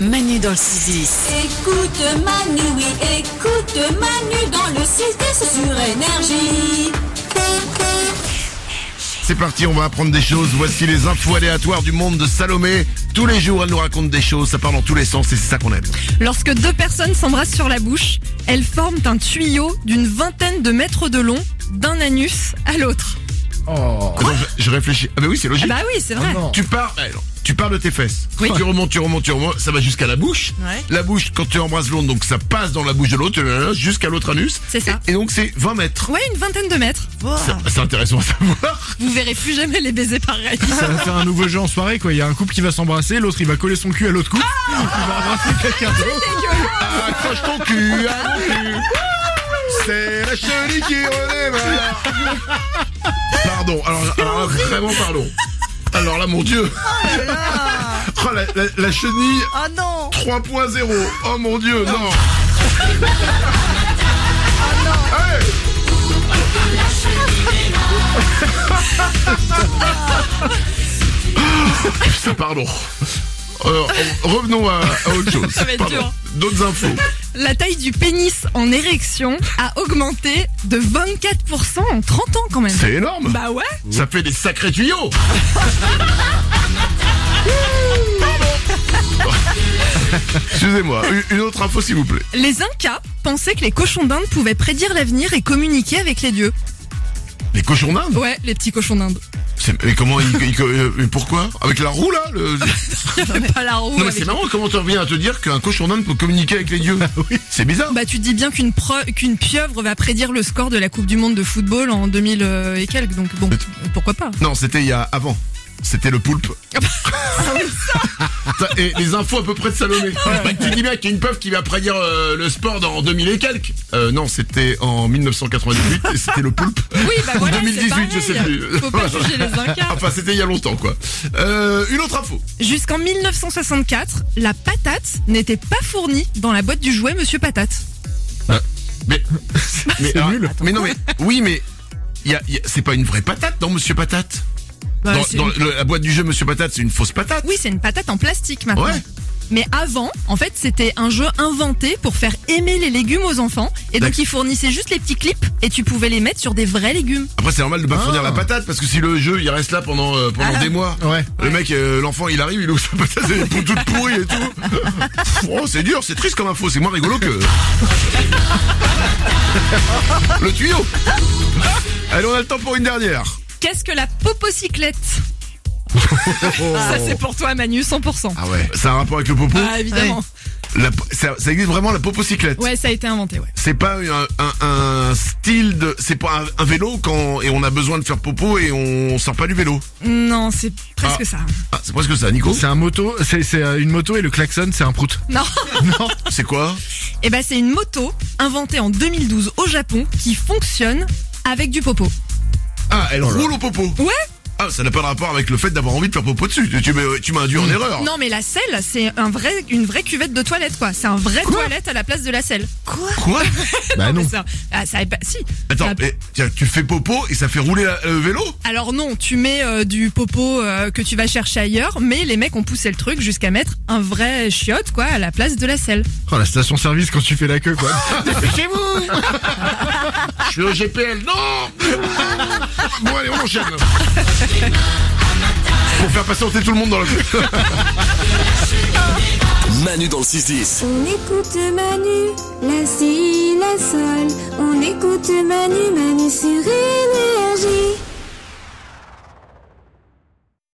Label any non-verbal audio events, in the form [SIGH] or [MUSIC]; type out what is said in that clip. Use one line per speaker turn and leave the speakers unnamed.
dans le 6-10.
Écoute Manu, oui, écoute Manu dans le 6 sur énergie.
C'est parti, on va apprendre des choses. Voici les infos aléatoires du monde de Salomé. Tous les jours, elle nous raconte des choses, ça part dans tous les sens et c'est ça qu'on aime.
Oh. Lorsque deux personnes s'embrassent sur la bouche, elles forment un tuyau d'une vingtaine de mètres de long d'un anus à l'autre.
Attends, je, je réfléchis. Ah bah oui, c'est
Ah
logique.
bah oui, c'est vrai.
Tu pars, bah non, tu pars de tes fesses. Tu remontes, tu remontes, tu remontes, ça va jusqu'à la bouche.
Ouais.
La bouche, quand tu embrasses l'autre, donc ça passe dans la bouche de l'autre, euh, jusqu'à l'autre anus.
C'est ça.
Et, et donc c'est 20 mètres.
ouais, une vingtaine de mètres.
Ça- C'est intéressant à savoir.
Vous verrez plus jamais les baisers pareils.
Ça va faire un nouveau jeu en soirée, quoi. Il y a un couple qui va s'embrasser, l'autre il va coller son cul à l'autre couple, il va embrasser quelqu'un d'autre.
Ah, Accroche ton cul, à mon cul. C'est la chenille qui redémarre. Pardon, alors, alors là, vraiment pardon. Alors là, mon dieu. Oh, la, la- la chenille
Oh non
3.0. Oh mon dieu, non. Ah [LAUGHS] Hey Putain, pardon. Euh, revenons à, à autre chose.
Ça va être
Pardon.
dur. hein.
D'autres infos.
La taille du pénis en érection a augmenté de 24% en 30 ans quand même.
C'est énorme.
Bah ouais.
Ça fait des sacrés tuyaux. Excusez-moi, une- une autre info s'il vous plaît.
Les Incas pensaient que les cochons d'Inde pouvaient prédire l'avenir et communiquer avec les dieux.
Les cochons d'Inde
Ouais, les petits cochons d'Inde. [LAUGHS]
C'est- Mais comment ils, ils- euh, mais pourquoi Avec la roue là le-
Il y avait pas la roue.
Non mais
avec- Ah
c'est marrant comment tu reviens à te dire qu'un cochon d'Inde peut communiquer avec les dieux. C'est bizarre.
Bah tu te dis bien qu'une pro- qu'une pieuvre va prédire le score de la Coupe du Monde de football en 2000 euh, et quelques. Donc bon, pourquoi pas.
Non, c'était il y a avant. C'était le
[LAUGHS]
poulpe.
Ah
Ça, Et les infos à peu près de Salomé.
Ah
Bah, tu dis bien qu'il y a une peuple qui va prédire euh, le sport dans en 2000 et quelques. Euh, non, c'était en 1998 et c'était le poulpe.
Oui, bah voilà, c'est
2018, je
pareil.
sais plus. [LAUGHS]
Faut pas juger les Incas.
Enfin, c'était il y a longtemps, quoi. Euh, une autre info.
Jusqu'en 1964, la patate n'était pas fournie dans la boîte du jouet Monsieur Patate.
Mais, mais, ah,
nul.
mais non, mais oui, mais il y a- il y a- c'est pas une vraie patate dans Monsieur Patate.
Bah,
dans
c'est
dans
une-
le- la boîte du jeu Monsieur Patate, c'est une fausse patate.
Oui, c'est une patate en plastique maintenant.
Ouais.
Mais avant, en fait, c'était un jeu inventé pour faire aimer les légumes aux enfants. Et donc,
D'accord.
ils fournissaient juste les petits clips et tu pouvais les mettre sur des vrais légumes.
Après, c'est normal de pas
Ah.
fournir la patate parce que si le jeu il reste là pendant euh, pendant des mois,
Ouais.
le mec, euh, l'enfant, il arrive, il ouvre sa patate, elle est pou- toute pourrie et tout. Oh, c'est dur, c'est triste comme info, c'est moins rigolo que le tuyau. Allez, on a le temps pour une dernière.
Qu'est-ce que la [LAUGHS] popocyclette Ça, c'est pour toi, Manu, 100%.
Ah ouais. Ça a un rapport avec le popo.
Ah, évidemment.
La po- ça, ça existe vraiment la popocyclette.
Ouais, ça a été inventé, ouais.
C'est pas un, un- un style de, c'est pas un, un vélo quand et on a besoin de faire popo et on sort pas du vélo.
Non, c'est presque
Ah.
ça.
Ah, c'est presque ça, Nico.
C'est un moto, c'est c'est, euh, une moto et le klaxon c'est un prout.
Non.
Non.
C'est quoi
[LAUGHS] Eh ben, c'est une moto inventée en 2012 au Japon qui fonctionne avec du popo.
Ah, elle roule au popo.
Ouais.
Ah, ça n'a pas de rapport avec le fait d'avoir envie de faire popo dessus. Tu, tu m'as- tu m'as induit en erreur.
Mm. Oh. Non, mais la selle, c'est un vrai, une vraie cuvette de toilette, quoi. C'est un vrai toilette à la place de la selle. Quoi [LAUGHS]
Quoi
Bah non.
Mais ça, ah, ça est pas- si.
Attends,
Ça-
mais, tiens, tu fais popo et ça fait rouler la- le vélo
Alors non, tu mets euh, du popo euh, que tu vas chercher ailleurs, mais les mecs ont poussé le truc jusqu'à mettre un vrai chiotte, quoi, à la place de la selle.
Oh la station service quand tu fais
[LAUGHS]
[LAUGHS]
la queue quoi.
Je suis au GPL, non Bon allez, on
[LAUGHS]
enchaîne. Pour faire patienter tout le monde dans la
Manu dans le 6-10.
On écoute Manu, la scie, la sol. On écoute Manu, Manu sur